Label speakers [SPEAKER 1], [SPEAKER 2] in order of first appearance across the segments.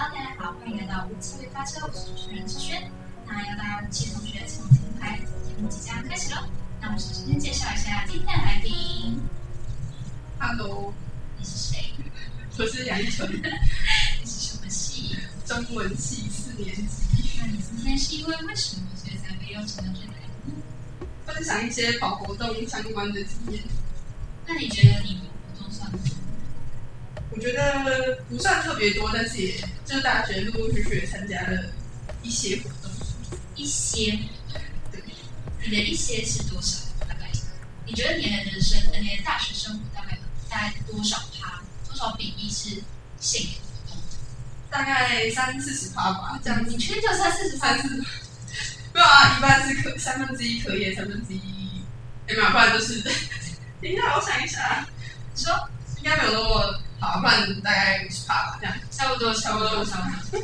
[SPEAKER 1] 欢迎来到五次发车，我是主持人志轩。那要大家五期同学从前排，节目即将开始喽。那我们首先介绍一下今天的来宾，
[SPEAKER 2] Hello，
[SPEAKER 1] 你是谁？
[SPEAKER 2] 我是杨一纯，
[SPEAKER 1] 你是什么系？
[SPEAKER 2] 中文系四年级，
[SPEAKER 1] 那你今天是因为为什么所以才被邀请到这里来呢？
[SPEAKER 2] 分享一些保活动相关的经验。
[SPEAKER 1] 那你觉得你活动算不算？
[SPEAKER 2] 我觉得不算特别多，但是也就是大学陆陆续续也参加了一些活动，
[SPEAKER 1] 一些，对，你的一些是多少？大概是？你觉得你的人生，呃你的大学生活大概大概多少趴，多少比例是献给活动？
[SPEAKER 2] 大概三四十趴吧，这样子
[SPEAKER 1] 你确定就三四十
[SPEAKER 2] 三
[SPEAKER 1] 三？
[SPEAKER 2] 四十趴，没有啊，一半是可三分之一可以，三分之一，哎没有，不然就是 等一下，我想一下，
[SPEAKER 1] 你说
[SPEAKER 2] 应该没有那么好，不然大概五十趴吧，这样。
[SPEAKER 1] 差不多，
[SPEAKER 2] 差不多
[SPEAKER 1] 差不多。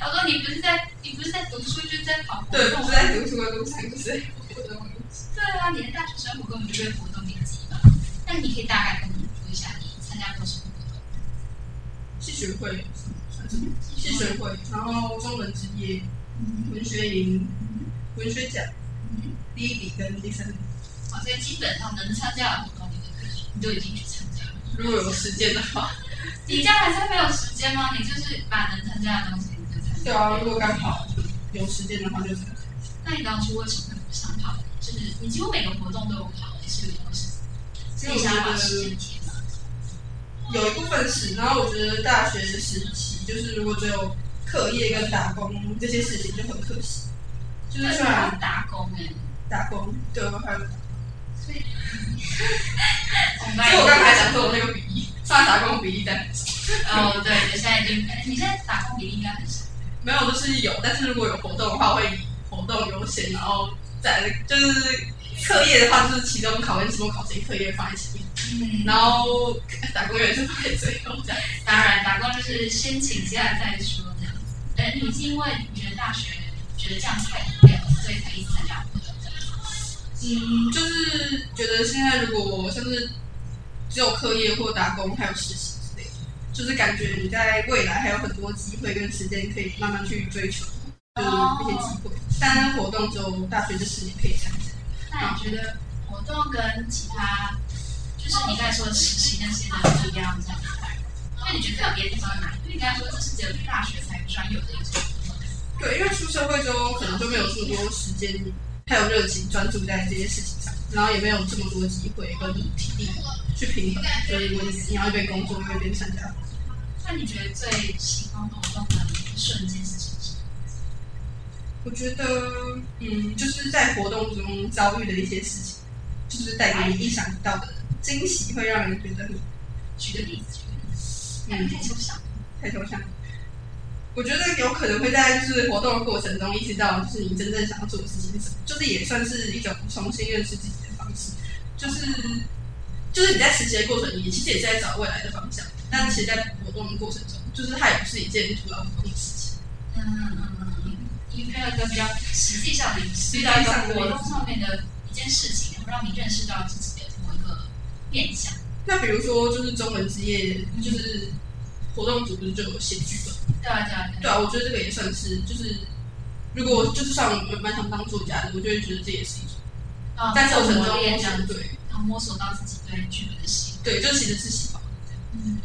[SPEAKER 1] 他说你不是在，你不是在读书，就是在跑活
[SPEAKER 2] 对，
[SPEAKER 1] 动
[SPEAKER 2] 不。在读书的路上，就是在活动的路上。
[SPEAKER 1] 对啊，你的大学生活根本就被活动给挤满。那你可以大概跟我们说一下你参加过什么活动？
[SPEAKER 2] 戏学会算什么？戏学会，然后中文之夜、
[SPEAKER 1] 嗯，
[SPEAKER 2] 文学营、文学奖，第一笔跟第三笔，
[SPEAKER 1] 好，所以基本上能参加的活动，你都你都已经去参加了。
[SPEAKER 2] 如果有时间的话。
[SPEAKER 1] 你这样还是没有时间吗？你就是把能参加的东西你就参加。
[SPEAKER 2] 对啊，如果刚好有时间的话就，是
[SPEAKER 1] 那你当初为什么会想跑？就是你几乎每个活动都有跑，也是有东西，自己想把时间填满。
[SPEAKER 2] 有一部分是。然后我觉得大学时期就是如果只有课业跟打工这些事情就很可惜，就是啊虽
[SPEAKER 1] 要
[SPEAKER 2] 然
[SPEAKER 1] 打工哎、
[SPEAKER 2] 打工对我还有，所
[SPEAKER 1] 我
[SPEAKER 2] 以我刚才想说我那个比例，算打工比例但
[SPEAKER 1] 哦，对，你现在已经，你现在打工比例应该很少。
[SPEAKER 2] 没有，就是有，但是如果有活动的话，会以活动优先，然后再就是课业的话，就是期中考跟期末考这些课业放在前面，
[SPEAKER 1] 嗯
[SPEAKER 2] 然后打工也是放在最后这样。
[SPEAKER 1] 当然打工就是先请假再说这样子。呃，你是因为你觉得大学觉得这样太无聊，所以才一直参加活动这样子？
[SPEAKER 2] 嗯，就是觉得现在如果像是只有课业或打工，还有实习之类的，就是感觉你在未来还有很多机会跟时间可以慢慢去追求，就是那些机会。但是活动只有大学这四年可以参加。
[SPEAKER 1] 那你觉得活动跟其他，就是你刚才说的实习那些的不一样这样子？那你觉得特别的地方在哪里？因为你刚才说这是只有大学才专有的一种活动。
[SPEAKER 2] 对，因为出社会之后，可能就没有这么多时间，还有热情专注在这些事情上，然后也没有这么多机会跟体力去平衡。所以，如果你要一边工作，又一边参加，
[SPEAKER 1] 那你觉得最喜欢活动的瞬间是什么时候？
[SPEAKER 2] 我觉得，嗯，就是在活动中遭遇的一些事情，就是带给你意想不到的惊喜，会让人觉得你
[SPEAKER 1] 举个例子，举个例子，
[SPEAKER 2] 嗯
[SPEAKER 1] 太抽象了。
[SPEAKER 2] 太抽象。我觉得有可能会在就是活动的过程中意识到，就是你真正想要做的事情是什么，就是也算是一种重新认识自己的方式。就是就是你在实习的过程，你其实也是在找未来的方向，但其实，在活动的过程中，就是它也不是一件徒劳无功的事情。
[SPEAKER 1] 嗯嗯嗯，因为一个比较实际上的遇到一个活动上面的一件事情，然后让你认识到自己的某一个面向。
[SPEAKER 2] 那比如说，就是中文之夜，就是活动组不是就有写剧本？
[SPEAKER 1] 对啊对啊
[SPEAKER 2] 对啊，我觉得这个也算是，就是如果我就是算我蛮想当作家的，我就会觉得这也是一种
[SPEAKER 1] 啊，
[SPEAKER 2] 在过程中
[SPEAKER 1] 磨练
[SPEAKER 2] 我
[SPEAKER 1] 这
[SPEAKER 2] 想
[SPEAKER 1] 样子，
[SPEAKER 2] 对
[SPEAKER 1] 然后摸索到自己对剧本的喜欢。
[SPEAKER 2] 对，就其实是喜欢。
[SPEAKER 1] 嗯，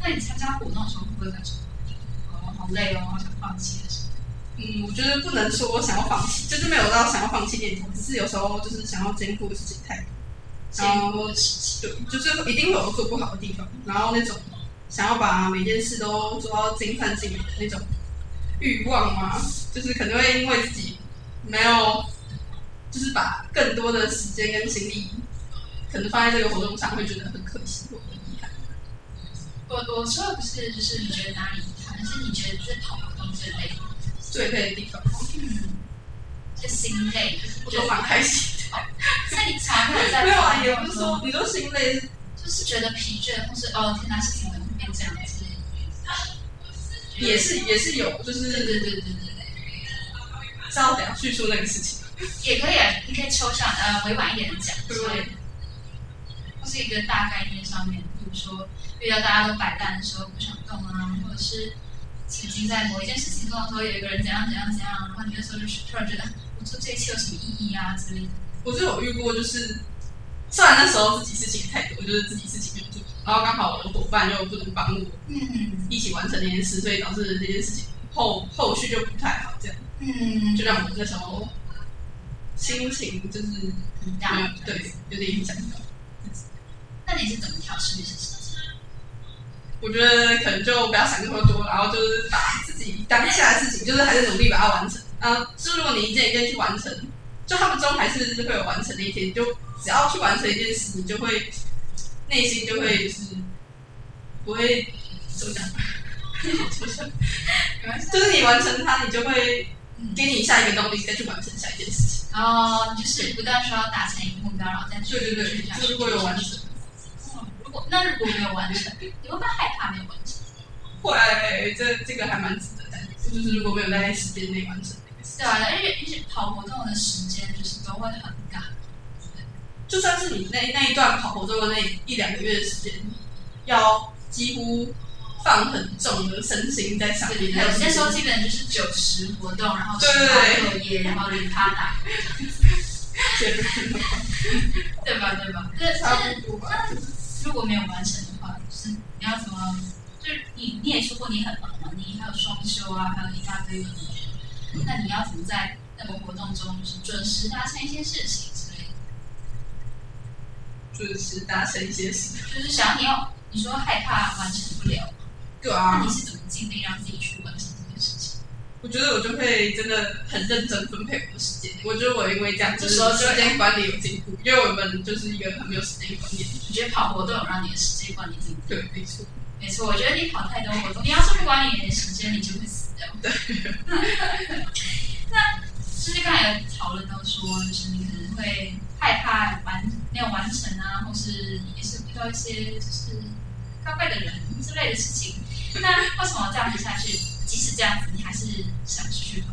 [SPEAKER 1] 那你参加活动的时候会不会感受到哦好累哦，好想放弃的时候？
[SPEAKER 2] 嗯，我觉得不能说想要放弃，就是没有到想要放弃念头，只是有时候就是想要兼顾的事情太多，
[SPEAKER 1] 兼顾的事情，
[SPEAKER 2] 对，就是一定会有做不好的地方，然后那种想要把每件事都做到尽善尽美的那种欲望嘛，就是可能会因为自己没有，就是把更多的时间跟精力可能放在这个活动上，会觉得很可惜或很遗憾。
[SPEAKER 1] 我我说的不是就是你觉得哪里遗憾，而是你觉得这跑活动最累，
[SPEAKER 2] 最累的地方，
[SPEAKER 1] 嗯，就心累，就是
[SPEAKER 2] 我
[SPEAKER 1] 觉
[SPEAKER 2] 都
[SPEAKER 1] 得
[SPEAKER 2] 蛮开心。
[SPEAKER 1] 那你常会在
[SPEAKER 2] 没有啊，也不是说你都心累，
[SPEAKER 1] 就是觉得疲倦，或是哦天哪，事情怎么会变这样子？
[SPEAKER 2] 也是也是有，就是
[SPEAKER 1] 对对对对对对，
[SPEAKER 2] 知道怎样叙述那个事情。
[SPEAKER 1] 也可以啊，你可以抽象呃委婉一点的讲，所以或是一个大概念上面，嗯如说遇到大家都摆烂的时候不想动啊，或者是曾经在某一件事情中的时候有一个人怎样怎样怎样，然后你那时候就是突然觉得嗯我做这一切有什么意义啊之类的。
[SPEAKER 2] 我就有遇过，就是虽然那时候自己事情太多，就是自己事情很多，然后刚好我的伙伴又不能帮我
[SPEAKER 1] 嗯
[SPEAKER 2] 一起完成那件事，所以导致这件事情后后续就不太好，这样
[SPEAKER 1] 嗯，
[SPEAKER 2] 就让我那时候心情就是
[SPEAKER 1] 很大。
[SPEAKER 2] 嗯对有点影响到。
[SPEAKER 1] 那你是怎么调试这件事情？
[SPEAKER 2] 我觉得可能就不要想那么多，然后就是把自己当下的事情，就是还是努力把它完成。啊，就如果你一件一件去完成，就他们终还是会有完成的一天。就只要去完成一件事，你就会内心就会就是不会怎么讲，
[SPEAKER 1] 没关系
[SPEAKER 2] 就是你完成它，你就会
[SPEAKER 1] 嗯，
[SPEAKER 2] 给你下一个动力再去完成下一件事情。
[SPEAKER 1] 然后就是不断说要达成一个目标，然后再去
[SPEAKER 2] 对对对
[SPEAKER 1] 去
[SPEAKER 2] 就是如果有完成
[SPEAKER 1] 嗯如果那如果没有完成，你会不会害怕没有完成？
[SPEAKER 2] 会，这这个还蛮值得担忧，就是如果没有在时间内完成那个事情
[SPEAKER 1] 对啊，而且而且跑活动的时间就是都会很赶，
[SPEAKER 2] 就算是你那那一段跑活动的那一两个月的时间，要几乎放很重的身心在上
[SPEAKER 1] 对对
[SPEAKER 2] 面，
[SPEAKER 1] 对
[SPEAKER 2] 还有，
[SPEAKER 1] 那时候基本就是九十活动，然后十
[SPEAKER 2] 对对
[SPEAKER 1] 趴
[SPEAKER 2] 对
[SPEAKER 1] 作业，然后零趴打，对吧？对吧？对，
[SPEAKER 2] 差
[SPEAKER 1] 是
[SPEAKER 2] 不多吧。
[SPEAKER 1] 那如果没有完成的话，就是你要怎么？就是你你也说过你很忙嘛，你还有双休啊，还有一大堆的东西，那你要怎么在那个活动中就是准时达成一些事情之类的？
[SPEAKER 2] 就是达成一些事，
[SPEAKER 1] 就是想要你要你说害怕完成不了，
[SPEAKER 2] 对
[SPEAKER 1] 那
[SPEAKER 2] 啊
[SPEAKER 1] 你，是怎么尽力让自己去完成这件事情？
[SPEAKER 2] 我觉得我就会真的很认真分配我的时间。我觉得我因为这样，
[SPEAKER 1] 这
[SPEAKER 2] 这
[SPEAKER 1] 时
[SPEAKER 2] 时
[SPEAKER 1] 候
[SPEAKER 2] 候
[SPEAKER 1] 就
[SPEAKER 2] 时间管理有进步，因为我们就是一个很没有时间观念。
[SPEAKER 1] 你觉得跑活动有让你的时间管理进步？
[SPEAKER 2] 对，没错。
[SPEAKER 1] 没错，我觉得你跑太多活动，你要是不管你的时间，你就会死掉。对。那就是刚才有讨论到说，就是你可能会害怕完没有完成啊，或是也是遇到一些就是呃怪怪的人之类的事情。那为什么这样子下去？即使这样子，你还是想继续跑？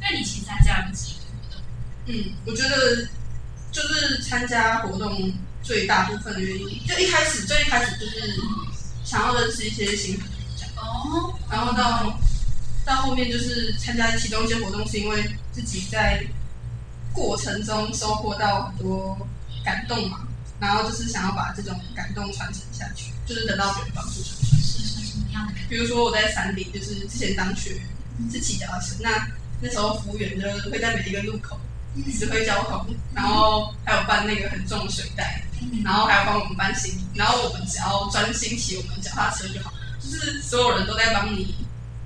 [SPEAKER 1] 因为你其实参加了几个活动，
[SPEAKER 2] 嗯，我觉得就是参加活动最大部分的原因，就一开始最一开始就是想要认识一些新朋友，这样。
[SPEAKER 1] 哦，
[SPEAKER 2] 然后到到后面就是参加其中一些活动，是因为自己在过程中收获到很多感动嘛，然后就是想要把这种感动传承下去，就是得到别人帮助。
[SPEAKER 1] 是是什么样的感
[SPEAKER 2] 比如说我在山顶，就是之前当学员是骑脚踏车，那那时候服务员就是会在每一个路口
[SPEAKER 1] 觉？
[SPEAKER 2] 指挥交通，然后还有搬那个很重的水袋，
[SPEAKER 1] 嗯
[SPEAKER 2] 然后还有帮我们搬行李，然后我们只要专心骑我们脚踏车就好，就是所有人都在帮你，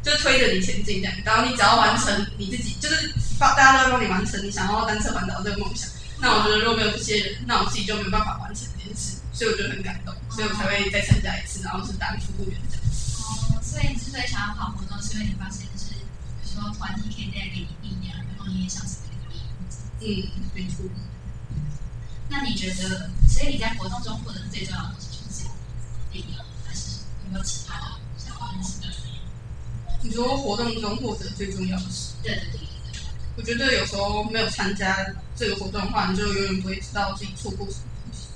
[SPEAKER 2] 就推着你前进这样。然后你只要完成你自己，就是帮大家都在帮你完成你想要单车环岛这个梦想。那我觉得如果没有这些人，那我自己就没有办法完成这件事，所以我就很感动，所以我才会再参加一次，然后是当服务员这样。
[SPEAKER 1] 哦，所以你之所以想要跑活动，是因为你发现就是有时候团体可以带给你力量，然后你也想成为他们的一部分。
[SPEAKER 2] 嗯，没错。
[SPEAKER 1] 那你觉得，所以你在活动中获得最重要的是什么？力量，还是有没有其他的相关的事情？
[SPEAKER 2] 你说活动中获得最重要的是，
[SPEAKER 1] 对对对对对，
[SPEAKER 2] 我觉得有时候没有参加这个活动的话，你就永远不会知道自己错过什么东西。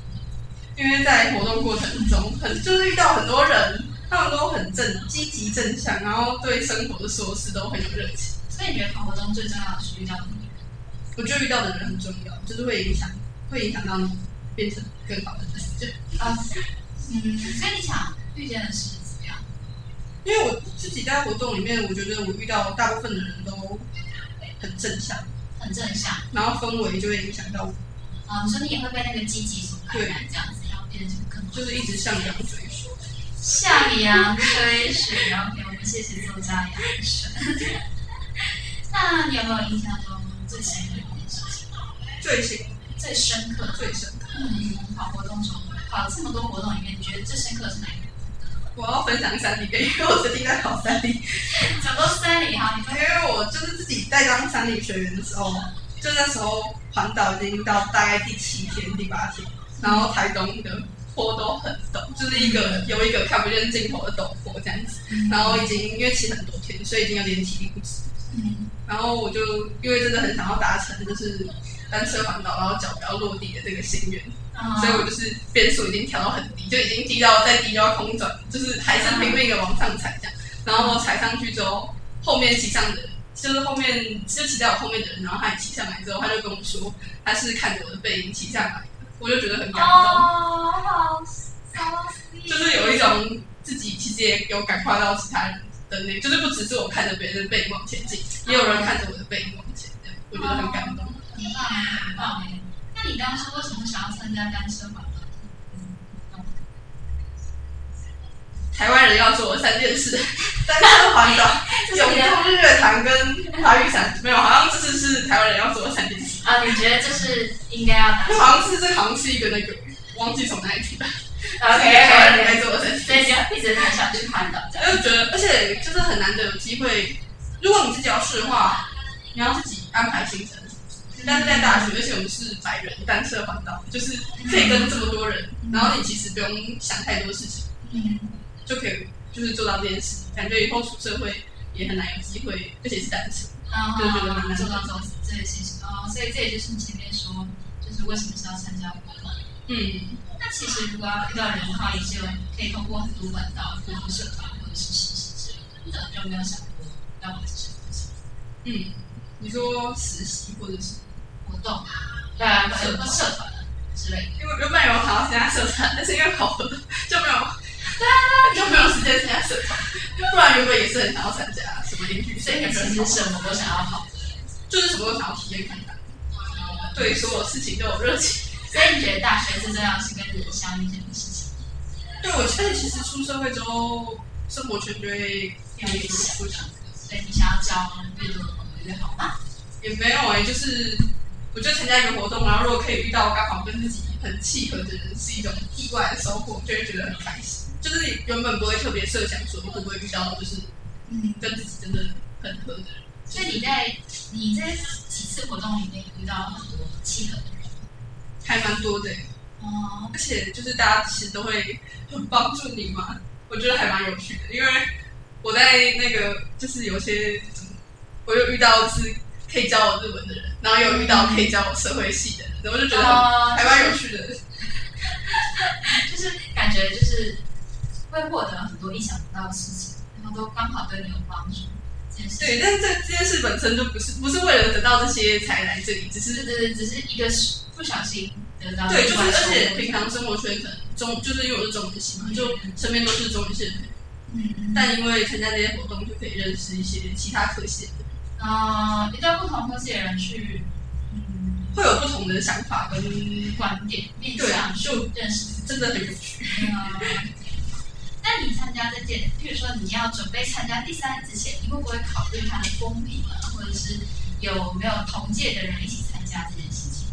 [SPEAKER 2] 因为在活动过程中，很就是遇到很多人，他们都很正积极正向，然后对生活的所有事都很有热情。
[SPEAKER 1] 所以你觉得跑活动最重要的是遇到的女人？
[SPEAKER 2] 我觉得遇到的人很重要，就是会影响，会影响到你变成更好的自己。就
[SPEAKER 1] 啊，嗯，所以你想遇见的是怎么样？
[SPEAKER 2] 因为我自己在活动里面，我觉得我遇到大部分的人都很正向，
[SPEAKER 1] 很正向
[SPEAKER 2] 然后氛围就会影响到我，
[SPEAKER 1] 啊，你说你也会被那个积极所感染，这样子，然后变成更好的
[SPEAKER 2] 就是一直向阳追溯。
[SPEAKER 1] 向阳追水，然后给我们谢谢作家杨水。那你有没有印象中最深刻的一件事情？
[SPEAKER 2] 最新
[SPEAKER 1] 最深刻的？
[SPEAKER 2] 最深刻。
[SPEAKER 1] 嗯，跑活动中，跑这么多活动里面，你觉得最深刻的是哪一个？
[SPEAKER 2] 我要分享山里跟，因为我最近在跑山里，因
[SPEAKER 1] 讲到森林哈，你会
[SPEAKER 2] 为我就是自己在当山里学员的时候，就那时候环岛已经到大概第七天、第八天，然后台东的坡都很陡，就是一个有一个看不见尽头的陡坡这样子，然后已经因为骑很多天，所以已经有点体力不支。
[SPEAKER 1] 嗯，
[SPEAKER 2] 然后我就因为真的很想要达成就是单车环岛，然后脚不要落地的这个心愿，
[SPEAKER 1] 啊
[SPEAKER 2] 所以我就是边数已经调到很低，就已经低到再低就要空转，就是还是拼命的往上踩这样。然后踩上去之后，后面骑上的人，就是后面就骑在我后面的人，然后他也骑上来之后，他就跟我说他是看着我的背影骑上来的，我就觉得很感动，
[SPEAKER 1] 哦，好骚气，
[SPEAKER 2] 就是有一种自己其实也有感化到其他人的那，就是不只是我看着别人的背影往前进，也有人看着我的背影往前这样，我觉得很感动。
[SPEAKER 1] 很棒啊，很棒哎！那你当初为什么想要参加单身晚会？
[SPEAKER 2] 台湾人要做的三 件事：单身环岛、
[SPEAKER 1] 这
[SPEAKER 2] 永
[SPEAKER 1] 是你的
[SPEAKER 2] 度日月潭跟花雨伞。没有，好像这次是台湾人要做的三件 事。
[SPEAKER 1] 啊，你觉得这是应该要达
[SPEAKER 2] 那好像是这好像是一个那个，忘记从哪里提的。
[SPEAKER 1] ？OK
[SPEAKER 2] 台湾人
[SPEAKER 1] OK
[SPEAKER 2] 该做的三
[SPEAKER 1] OK，
[SPEAKER 2] 件
[SPEAKER 1] 所以就一直很想去环岛这样。
[SPEAKER 2] 事。就觉得，而且就是很难得有机会，如果你自己要试的话，你要自己安排行程。但是在大学，而且我们是白人单车环岛，就是可以跟这么多人，然后你其实不用想太多事情。
[SPEAKER 1] 嗯，
[SPEAKER 2] 就可以就是做到这件事，感觉以后出社会也很难有机会，而且是单身。
[SPEAKER 1] 然后
[SPEAKER 2] 对对对蛮难
[SPEAKER 1] 做到这这些事情哦，所以这也就是你前面说，就是为什么是要参加活动。
[SPEAKER 2] 嗯，
[SPEAKER 1] 那其实如果要遇到人的话，也是有可以通过很多管道，比如说社团或者是实习之类的。你怎么就没有想过要玩这些东西
[SPEAKER 2] 嗯，你说实习或者是，
[SPEAKER 1] 活动啊？对啊，或者社团啊之类的。
[SPEAKER 2] 因为原本有啊想要参加社团，但是因为考核就没有，就没有时间参加社团，不然原本也是很想要参加什么英语
[SPEAKER 1] 所以你
[SPEAKER 2] 社
[SPEAKER 1] 其
[SPEAKER 2] 团
[SPEAKER 1] 实什么都想要跑，
[SPEAKER 2] 就是什么都想要体验看看，对所有事情都有热情。
[SPEAKER 1] 所以你觉得大学最重要是跟人相遇这件事情？
[SPEAKER 2] 对我，而且其实出社会之后，生活圈就会
[SPEAKER 1] 越来越小，所以你想要交越多的朋友越好吗？
[SPEAKER 2] 也没有哎、就是我就参加一个活动，然后如果可以遇到刚好跟自己很契合的人，是一种意外的收获，就会觉得很开心。就是你原本不会特别设想说会不会遇到，就是
[SPEAKER 1] 嗯，
[SPEAKER 2] 跟自己真的很合的人。
[SPEAKER 1] 所以你在你在几次活动里面遇到很多契合的人
[SPEAKER 2] 还蛮多的欸、
[SPEAKER 1] 哦，
[SPEAKER 2] 而且就是大家其实都会很帮助你嘛，我觉得还蛮有趣的。因为我在那个就是有些，我有遇到是可以教我日文的人，然后有遇到可以教我社会系的人，然后就觉得很
[SPEAKER 1] 哦
[SPEAKER 2] 还蛮有趣的。
[SPEAKER 1] 就是感觉就是会获得很多意想不到的事情，然后都刚好对你有帮助。这件事情
[SPEAKER 2] 对，但是这这件事本身就不是不是为了得到这些才来这里，只
[SPEAKER 1] 对
[SPEAKER 2] 是
[SPEAKER 1] 对对，只是一个不小心得到
[SPEAKER 2] 对，啊就是
[SPEAKER 1] 意外收
[SPEAKER 2] 而
[SPEAKER 1] 获
[SPEAKER 2] 且平常生活圈可能中，就是因为我是中文系嘛，就身边都是中文系的朋友，
[SPEAKER 1] 嗯嗯，
[SPEAKER 2] 但因为参加这些活动就可以认识一些其他科系的人，
[SPEAKER 1] 呃，遇到不同科技的人去，嗯，
[SPEAKER 2] 会有不同的想法跟
[SPEAKER 1] 观点面
[SPEAKER 2] 对啊
[SPEAKER 1] 向，去
[SPEAKER 2] 就
[SPEAKER 1] 认识自己。
[SPEAKER 2] 真的很有趣。
[SPEAKER 1] 呃那你参加这件，譬如说你要准备参加第三之前，你会不会考虑它的公平啊，或者是有没有同届的人一起参加这件事情？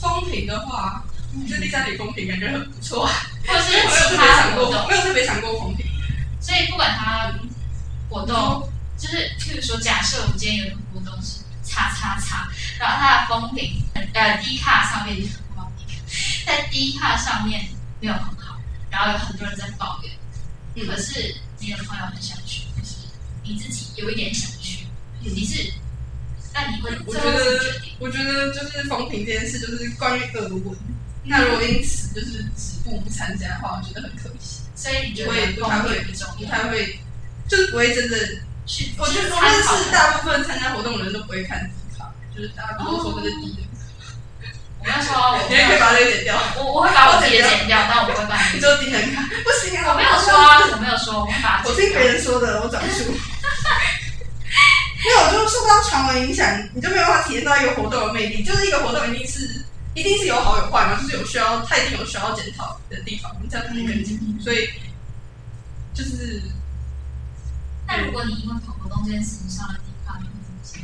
[SPEAKER 2] 风评的话，就第三里风评感觉很不错，
[SPEAKER 1] 或者
[SPEAKER 2] 我没有
[SPEAKER 1] 是其
[SPEAKER 2] 特别
[SPEAKER 1] 他
[SPEAKER 2] 想
[SPEAKER 1] 活
[SPEAKER 2] 过，
[SPEAKER 1] 动？
[SPEAKER 2] 没有特别想过风评。
[SPEAKER 1] 所以不管它活动，就是譬如说，假设我们今天有一个活动是叉叉叉，然后它的风评呃低卡上面，哇在低卡上面没有很好，然后有很多人在抱怨，
[SPEAKER 2] 嗯
[SPEAKER 1] 可是你的朋友很想去，就是你自己有一点想去，你是，那你会
[SPEAKER 2] 我
[SPEAKER 1] 最
[SPEAKER 2] 觉
[SPEAKER 1] 后
[SPEAKER 2] 得
[SPEAKER 1] 是决定，
[SPEAKER 2] 我觉得就是风评这件事，就是关于耳闻。那如果因此就是止步不参加的话，我觉得很可惜。
[SPEAKER 1] 所以你觉得
[SPEAKER 2] 我也不太
[SPEAKER 1] 公
[SPEAKER 2] 会
[SPEAKER 1] 平不重
[SPEAKER 2] 不
[SPEAKER 1] 要，
[SPEAKER 2] 太会，就是不会真的。
[SPEAKER 1] 去
[SPEAKER 2] 我觉
[SPEAKER 1] 去
[SPEAKER 2] 得我
[SPEAKER 1] 参
[SPEAKER 2] 认
[SPEAKER 1] 考
[SPEAKER 2] 识大部分参加活动的人都不会看低卡，就是大家都说这是低的。
[SPEAKER 1] 我要说我
[SPEAKER 2] 你也可以把这个剪掉，
[SPEAKER 1] 我我会把我自己的剪掉，但我不会把你
[SPEAKER 2] 你说低能卡不行啊！
[SPEAKER 1] 我没有说啊，我没有说，我会把它
[SPEAKER 2] 我
[SPEAKER 1] 剪
[SPEAKER 2] 听
[SPEAKER 1] 掉
[SPEAKER 2] 别人说的，我转述。没有，我就受到传闻影响，你就没有办法体验到一个活动的魅力。就是一个活动一定是一定是有好有坏嘛，就是有需要，它一定有需要检讨的地方，这样才能更进步。所以就是
[SPEAKER 1] 那如果你因为跑活动这件事情上了地方，你会怎么想？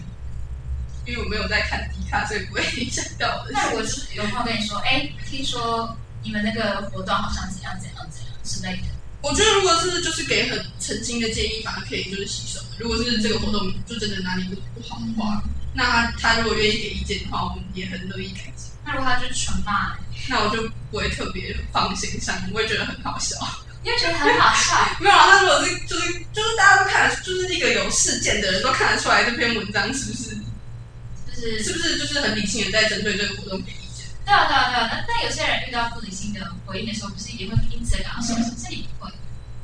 [SPEAKER 2] 因为我没有在看低卡，所以不会影响到我的心
[SPEAKER 1] 那我是有朋友跟你说，哎，听说你们那个活动好像怎样怎样怎样之类的，
[SPEAKER 2] 我觉得如果是就是给很诚心的建议，反而可以就是吸收。如果是这个活动就真的哪里不好的话，那他如果愿意给意见的话，我们也很乐意改进。
[SPEAKER 1] 那如果他就纯骂你，
[SPEAKER 2] 那我就不会特别放心上，我也觉得很好笑。
[SPEAKER 1] 你会觉得很好笑，
[SPEAKER 2] 没有啊，他如果是就是就是大家都看得出，就是一个有事件的人都看得出来这篇文章是不是
[SPEAKER 1] 就是
[SPEAKER 2] 是不是就是很理性的在针对这个活动给意见。
[SPEAKER 1] 对啊，对啊，对啊。那但有些人遇到不理性的回应的时候，不是也会因此而感到受伤？这里不会。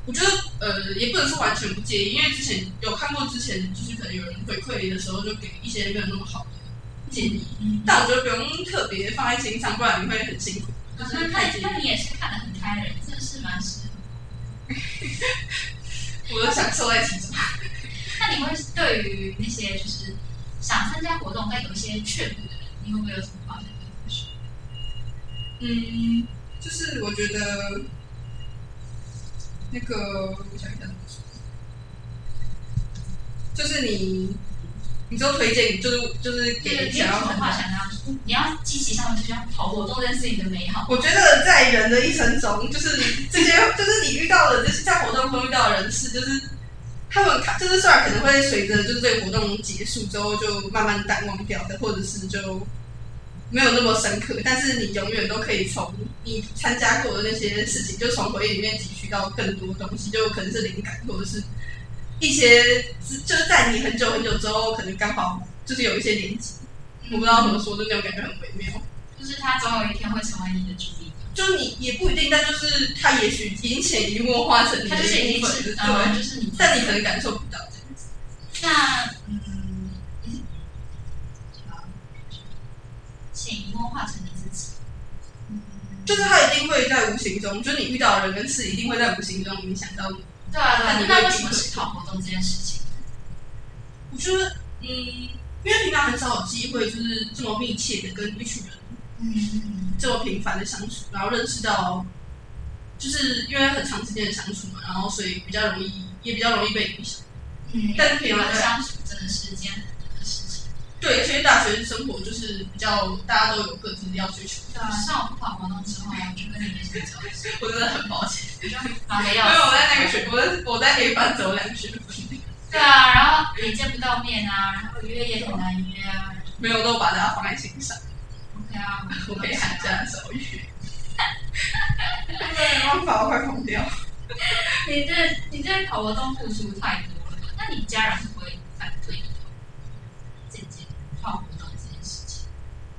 [SPEAKER 2] 我觉得呃，也不能说完全不介意，因为之前有看过，之前就是可能有人回馈的时候，就给一些没有那么好的建议。
[SPEAKER 1] 嗯
[SPEAKER 2] 但我觉得不用特别放在心上，不然你会很辛苦。就
[SPEAKER 1] 那
[SPEAKER 2] 是
[SPEAKER 1] 那
[SPEAKER 2] 太介意
[SPEAKER 1] 那，你也是看得很开的人，真的是蛮适合。
[SPEAKER 2] 我都享受在其中。
[SPEAKER 1] 那你会对于那些就是想参加活动但有一些却步的人，你会不会有什么话想跟他们说？
[SPEAKER 2] 嗯，就是我觉得那个，我想一下怎么说，就是你，你就推荐，就是就是
[SPEAKER 1] 对，
[SPEAKER 2] 给
[SPEAKER 1] 你有
[SPEAKER 2] 想要
[SPEAKER 1] 什么
[SPEAKER 2] 参
[SPEAKER 1] 话
[SPEAKER 2] 加。
[SPEAKER 1] 想跟他们说？你要积极上去，要跑活动这件事情的美好。
[SPEAKER 2] 我觉得在人的一生中，就是这些，就是你遇到的，就是在活动中遇到的人事，就是他们看，就是虽然可能会随着就是这个活动结束之后就慢慢淡忘掉的，或者是就没有那么深刻，但是你永远都可以从你参加过的那些事情，就从回忆里面汲取到更多东西，就可能是灵感，或者是一些就是在你很久很久之后，可能刚好就是有一些连接，我不知道怎么说，就那种感觉很微妙。
[SPEAKER 1] 就是他总有一天会成为你的主力，
[SPEAKER 2] 就你也不一定，但就是他也许已经潜移默化成你
[SPEAKER 1] 他
[SPEAKER 2] 的
[SPEAKER 1] 就是
[SPEAKER 2] 一
[SPEAKER 1] 已
[SPEAKER 2] 部
[SPEAKER 1] 经
[SPEAKER 2] 分，
[SPEAKER 1] 是，
[SPEAKER 2] 对。
[SPEAKER 1] 就是你。
[SPEAKER 2] 但你可能感受不到，
[SPEAKER 1] 那嗯，潜移默化成你自己。嗯，
[SPEAKER 2] 就是他一定会在无形中，就是你遇到的人跟事一定会在无形中影响到你。
[SPEAKER 1] 对啊，对啊
[SPEAKER 2] 那你。
[SPEAKER 1] 那
[SPEAKER 2] 会
[SPEAKER 1] 为什么是跑活动这件事情？
[SPEAKER 2] 我觉得，嗯，因为平常很少有机会，就是这么密切的跟一群人
[SPEAKER 1] 嗯，
[SPEAKER 2] 这么频繁的相处，然后认识到，就是因为很长时间的相处嘛，然后所以比较容易，也比较容易被影响。
[SPEAKER 1] 嗯
[SPEAKER 2] 但是平
[SPEAKER 1] 你
[SPEAKER 2] 常
[SPEAKER 1] 们
[SPEAKER 2] 在
[SPEAKER 1] 相处真的是件很难的事情。
[SPEAKER 2] 对，所以大学生活就是比较大家都有各自要追求
[SPEAKER 1] 对
[SPEAKER 2] 的
[SPEAKER 1] 啊，
[SPEAKER 2] 东西，
[SPEAKER 1] 像我不跑活动之后，我就跟你没什么交集，
[SPEAKER 2] 我真的很抱歉。
[SPEAKER 1] 我就忙得
[SPEAKER 2] 因为
[SPEAKER 1] 要
[SPEAKER 2] 我
[SPEAKER 1] 死。
[SPEAKER 2] 在那个学，我在我在 A 班走两个学分，
[SPEAKER 1] 对啊，然后也见不到面啊，然后约也很难约啊。
[SPEAKER 2] 没有都把大家放在心上。
[SPEAKER 1] OK 啊，
[SPEAKER 2] 我被寒假的时候约，真的没办法，我快疯掉。
[SPEAKER 1] 你对你对跑活动付出太多了，那你家人会不会反对你姐姐跑活动这件事情？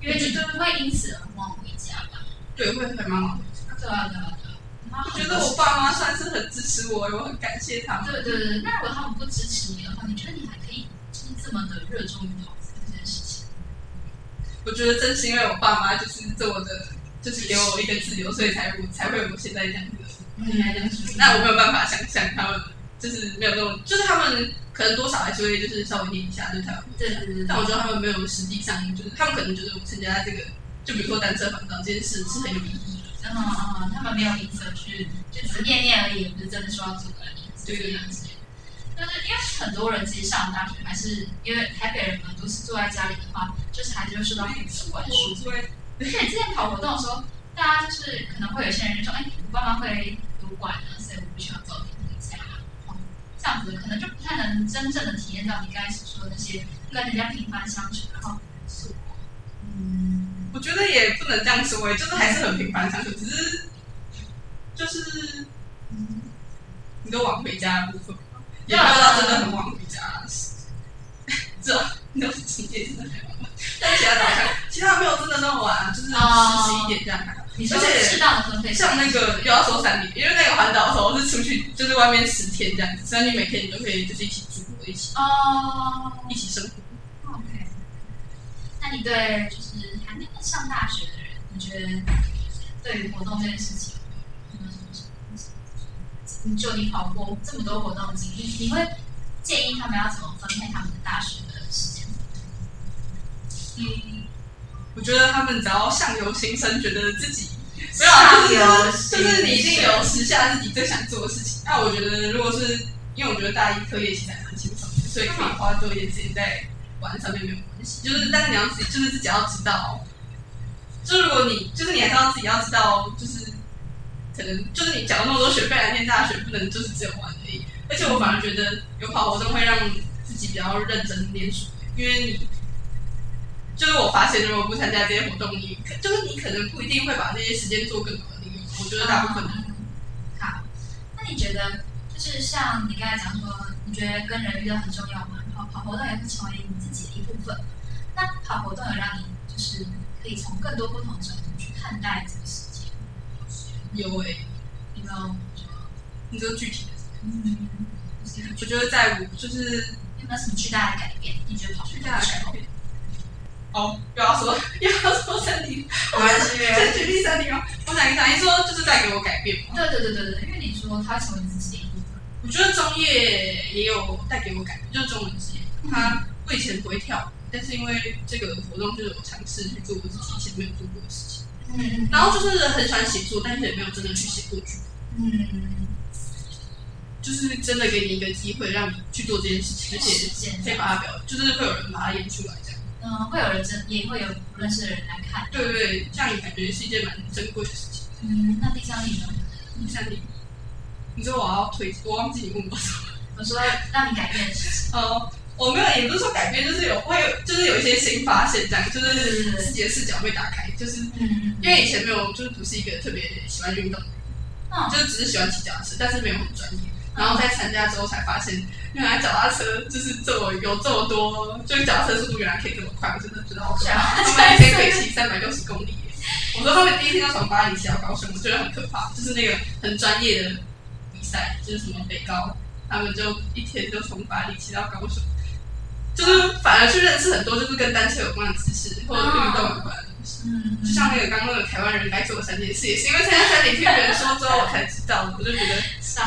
[SPEAKER 1] 因为你就不会因此而忘回家吧？
[SPEAKER 2] 对，会很忙忙。
[SPEAKER 1] 对啊，对啊，对啊。然后
[SPEAKER 2] 我觉得我爸妈算是很支持我，我很感谢他们。
[SPEAKER 1] 对对对，那如果他们不支持你的话，你觉得你还可以就是这么的热衷于跑步这件事情？
[SPEAKER 2] 我觉得正是因为我爸妈就是这么的，就是给我一个自由，所以才我才会有现在这样子的
[SPEAKER 1] 你来讲说
[SPEAKER 2] 那我没有办法想象他们就是没有那种，就是他们可能多少还是会就是稍微念一下，就台湾。
[SPEAKER 1] 对对对
[SPEAKER 2] 但
[SPEAKER 1] 对，
[SPEAKER 2] 我觉得他们没有实际上，就是他们可能觉得我参加这个，就比如说单车环岛这件事是很有意义的。
[SPEAKER 1] 嗯嗯，他们没有因此而去，就只是念念而已，也不是真的说要做个例子这样子。就是因为很多人其实上大学还是因为台北人嘛，都是坐在家里的话，就是还是会受到很多管束。
[SPEAKER 2] 我会
[SPEAKER 1] 而且之前跑活动的时候，大家就是可能会有些人就说：“哎，我爸妈会主管啊，所以我必须要早点回家。”哦，这样子可能就不太能真正的体验到你刚才所说的那些跟人家频繁相处，然后素活。嗯，
[SPEAKER 2] 我觉得也不能这样说、欸，就是还是很平凡相处，只是就是
[SPEAKER 1] 嗯
[SPEAKER 2] 你都晚回家的部分嘛，也没有到真的很晚回家，这你都是几点真的很晚，但其他早上其他没有真的那么晚，啊就是十十一点这样。
[SPEAKER 1] 你说
[SPEAKER 2] 而且
[SPEAKER 1] 适当的分配，
[SPEAKER 2] 像那个又要说三点，因为那个环岛的时候是出去，就是外面十天这样子，所以你每天你都可以就是一起住，一起
[SPEAKER 1] 哦
[SPEAKER 2] 一起生活。
[SPEAKER 1] ，OK。那你对就是还没有上大学的人，你觉得对于活动这件事情有没有什么什么？你就你跑过这么多活动经历，你会建议他们要怎么分配他们的大学的时间？
[SPEAKER 2] 嗯，我觉得他们只要相由心生，觉得自己没有
[SPEAKER 1] 上
[SPEAKER 2] 啊，
[SPEAKER 1] 游
[SPEAKER 2] 就是就是你一定有时下自己最想做的事情。那我觉得，如果是因为我觉得大一课业其实还蛮轻松的，所以可以花多一点时间在玩上面没有关系。就是，但是你要自己，就是自己要知道，就如果你就是你还是要自己要知道，就是可能就是你缴那么多学费来念大学，不能就是只有玩而已。而且我反而觉得有跑活动会让自己比较认真念书，因为你就是我发现，如果不参加这些活动，你可就是你可能不一定会把这些时间做更好的利用。我觉得大部分人
[SPEAKER 1] 好，那你觉得就是像你刚才讲说，你觉得跟人遇到很重要嘛？然后跑活动也会成为你自己的一部分。那跑活动有让你就是可以从更多不同的角度去看待这个世界？
[SPEAKER 2] 有诶、
[SPEAKER 1] 你知道吗？我觉得
[SPEAKER 2] 你说具体的，
[SPEAKER 1] 嗯，就是有
[SPEAKER 2] 我觉得在我就是
[SPEAKER 1] 没有什么巨大的改变？你觉得跑
[SPEAKER 2] 巨
[SPEAKER 1] 去
[SPEAKER 2] 大
[SPEAKER 1] 大
[SPEAKER 2] 的
[SPEAKER 1] 学
[SPEAKER 2] 改变。哦，又要说又要说身体，
[SPEAKER 3] 没关系，没关
[SPEAKER 2] 再
[SPEAKER 3] 系。
[SPEAKER 2] 举例身体吗？我想一想，你说就是带给我改变吗？
[SPEAKER 1] 对对对对对，因为你说他成为自己的一部分，
[SPEAKER 2] 我觉得中业也有带给我改变，就是中文职业，它我以前不会跳舞，但是因为这个活动就是我尝试去做我自己以前没有做过的事情，
[SPEAKER 1] 嗯
[SPEAKER 2] 然后就是很喜欢写作，但是也没有真的去写过剧本，
[SPEAKER 1] 嗯，
[SPEAKER 2] 就是真的给你一个机会让你去做这件事情，而
[SPEAKER 1] 实
[SPEAKER 2] 且
[SPEAKER 1] 践
[SPEAKER 2] 可以把它表，就是会有人把它演出来这样。
[SPEAKER 1] 嗯，会有人真也会有不认识的人来看，
[SPEAKER 2] 对对对，这样也感觉是一件蛮珍贵的事情。
[SPEAKER 1] 嗯，那第三你呢？
[SPEAKER 2] 你像你，你说我要推，我忘记你问我什么。
[SPEAKER 1] 我说让你改变的事情，
[SPEAKER 2] 呃，我没有，也不是说改变，就是有会有，就是有一些新发现，这样就是自己的视角被打开，就是
[SPEAKER 1] 嗯，
[SPEAKER 2] 因为以前没有，就是不是一个特别喜欢运动的人，
[SPEAKER 1] 嗯
[SPEAKER 2] 就是只是喜欢骑脚踏车，但是没有很专业。然后在参加之后才发现，原来脚踏车就是这么有这么多，就是脚踏车速度原来可以这么快，我真的不知道我
[SPEAKER 1] 是
[SPEAKER 2] 他
[SPEAKER 1] 啊，
[SPEAKER 2] 们一天可以骑三百六十公里耶。我说他们第一天就从巴黎骑到高雄，我觉得很可怕，就是那个很专业的比赛，就是什么北高，他们就一天就从巴黎骑到高雄，就是反而去认识很多就是跟单车有关的知识或者运动有关的东西。
[SPEAKER 1] 嗯，
[SPEAKER 2] 就像那个刚刚那个台湾人该做的三件事，也是因为参加三里听人说之后，我才知道，我就觉得
[SPEAKER 1] 上，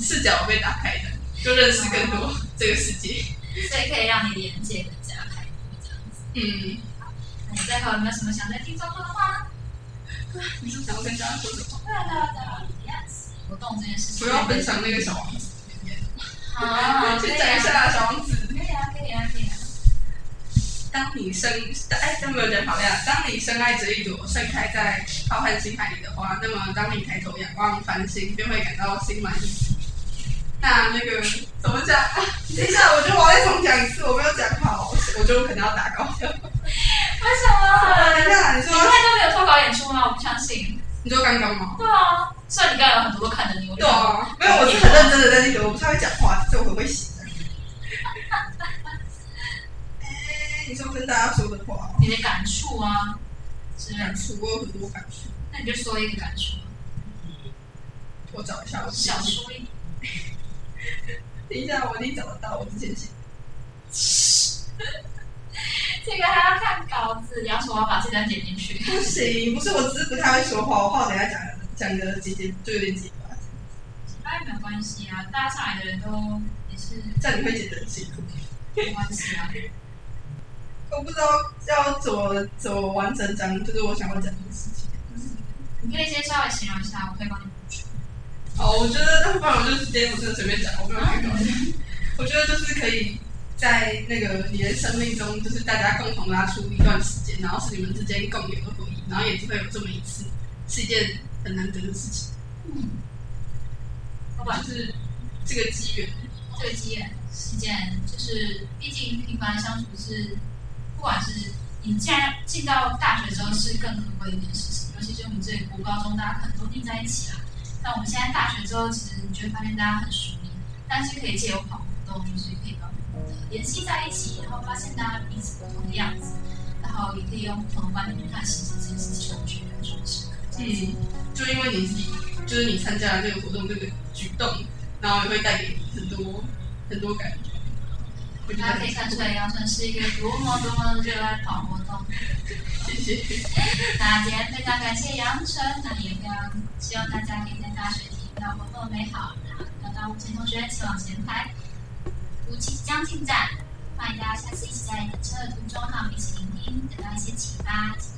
[SPEAKER 2] 视角被打开的，就认识更多这个世界。
[SPEAKER 1] 所以可以让你连接更加开阔这样子。
[SPEAKER 2] 嗯，
[SPEAKER 1] 那你最后有没有什么想对听众说的话呢？
[SPEAKER 2] 你是想要跟大家说什么？
[SPEAKER 1] 对啊对啊对啊，一样是活动这件事情，
[SPEAKER 2] 我要分享那个小王子的经验，
[SPEAKER 1] 啊，
[SPEAKER 2] 去
[SPEAKER 1] 可以
[SPEAKER 2] 讲一
[SPEAKER 1] 啊，
[SPEAKER 2] 下小王子。
[SPEAKER 1] 可以啊，可以啊，可以啊，
[SPEAKER 2] 当你深哎，有没有人好呀？当你深爱着一朵盛开在浩瀚星海里的花，那么当你抬头仰望繁星，便会感到心满意足。那那个怎么讲？等一下，我觉得我要再重讲一次，我没有讲好，我就可能要打高
[SPEAKER 1] 为
[SPEAKER 2] 分。
[SPEAKER 1] 什么？
[SPEAKER 2] 等一下，你
[SPEAKER 1] 你
[SPEAKER 2] 说
[SPEAKER 1] 看都没有脱稿演出吗？我不相信。
[SPEAKER 2] 你说刚刚吗？
[SPEAKER 1] 对啊，虽然你刚刚有很多都看着你，我就
[SPEAKER 2] 对啊，没有，我是很认真的在那个，我不太会讲话，所以我很会写的。哎你说跟大家说的话，
[SPEAKER 1] 你的感触啊之类的
[SPEAKER 2] 感，触我有很多感触，
[SPEAKER 1] 那你就说一个感触，
[SPEAKER 2] 我找一下我自己
[SPEAKER 1] 小说一个。
[SPEAKER 2] 等一下，我一定找得到我之前写的。
[SPEAKER 1] 这个还要看稿子，你要说我要把这段剪进去。
[SPEAKER 2] 不行，不是，我只是不太会说话，我怕我等一下讲的讲的结结就有点结巴。
[SPEAKER 1] 那也没有关系啊，大家上来的人都也是
[SPEAKER 2] 这样你会觉得很辛苦。
[SPEAKER 1] 没关系啊。
[SPEAKER 2] 我不知道要怎么怎么完整讲，就是我想要讲的事情。
[SPEAKER 1] 你可以先稍微形容一下，我可以帮你补充。
[SPEAKER 2] 哦，我觉得那不然我就直接我就随便讲，我没有太搞笑。我觉得就是可以在那个你的生命中，就是大家共同拉出一段时间，然后是你们之间共有的回忆，然后也只会有这么一次，是一件很难得的事情，
[SPEAKER 1] 嗯，不管
[SPEAKER 2] 就是这个机缘。
[SPEAKER 1] 这个经验是一件，就是毕竟平凡相处是，不管是你既然进到大学之后是更可贵的一件事情，尤其是我们这里国高中大家可能都腻在一起啦。那我们现在大学之后，其实你就会发现大家很疏离，但是可以借由跑活动，就是可以把我们的联系在一起，然后发现大家彼此不同的样子，然后也可以用不同的观点去看事情这件事情，我觉得很深刻。
[SPEAKER 2] 嗯，就因为你自己，就是你参加了这个活动这个举动，然后也会带给你很多很多感觉。我觉
[SPEAKER 1] 大家可以
[SPEAKER 2] 得
[SPEAKER 1] 看出来，杨晨是一个多么多么热爱跑活动。
[SPEAKER 2] 谢谢，
[SPEAKER 1] 那今天非常感谢杨晨，那也非常希望大家可以在大学体验到活动的美好。那到吴前同学，请往前排，无极即将进站，欢迎大家下次一起在等车的途中和我们一起聆听，得到一些启发。谢谢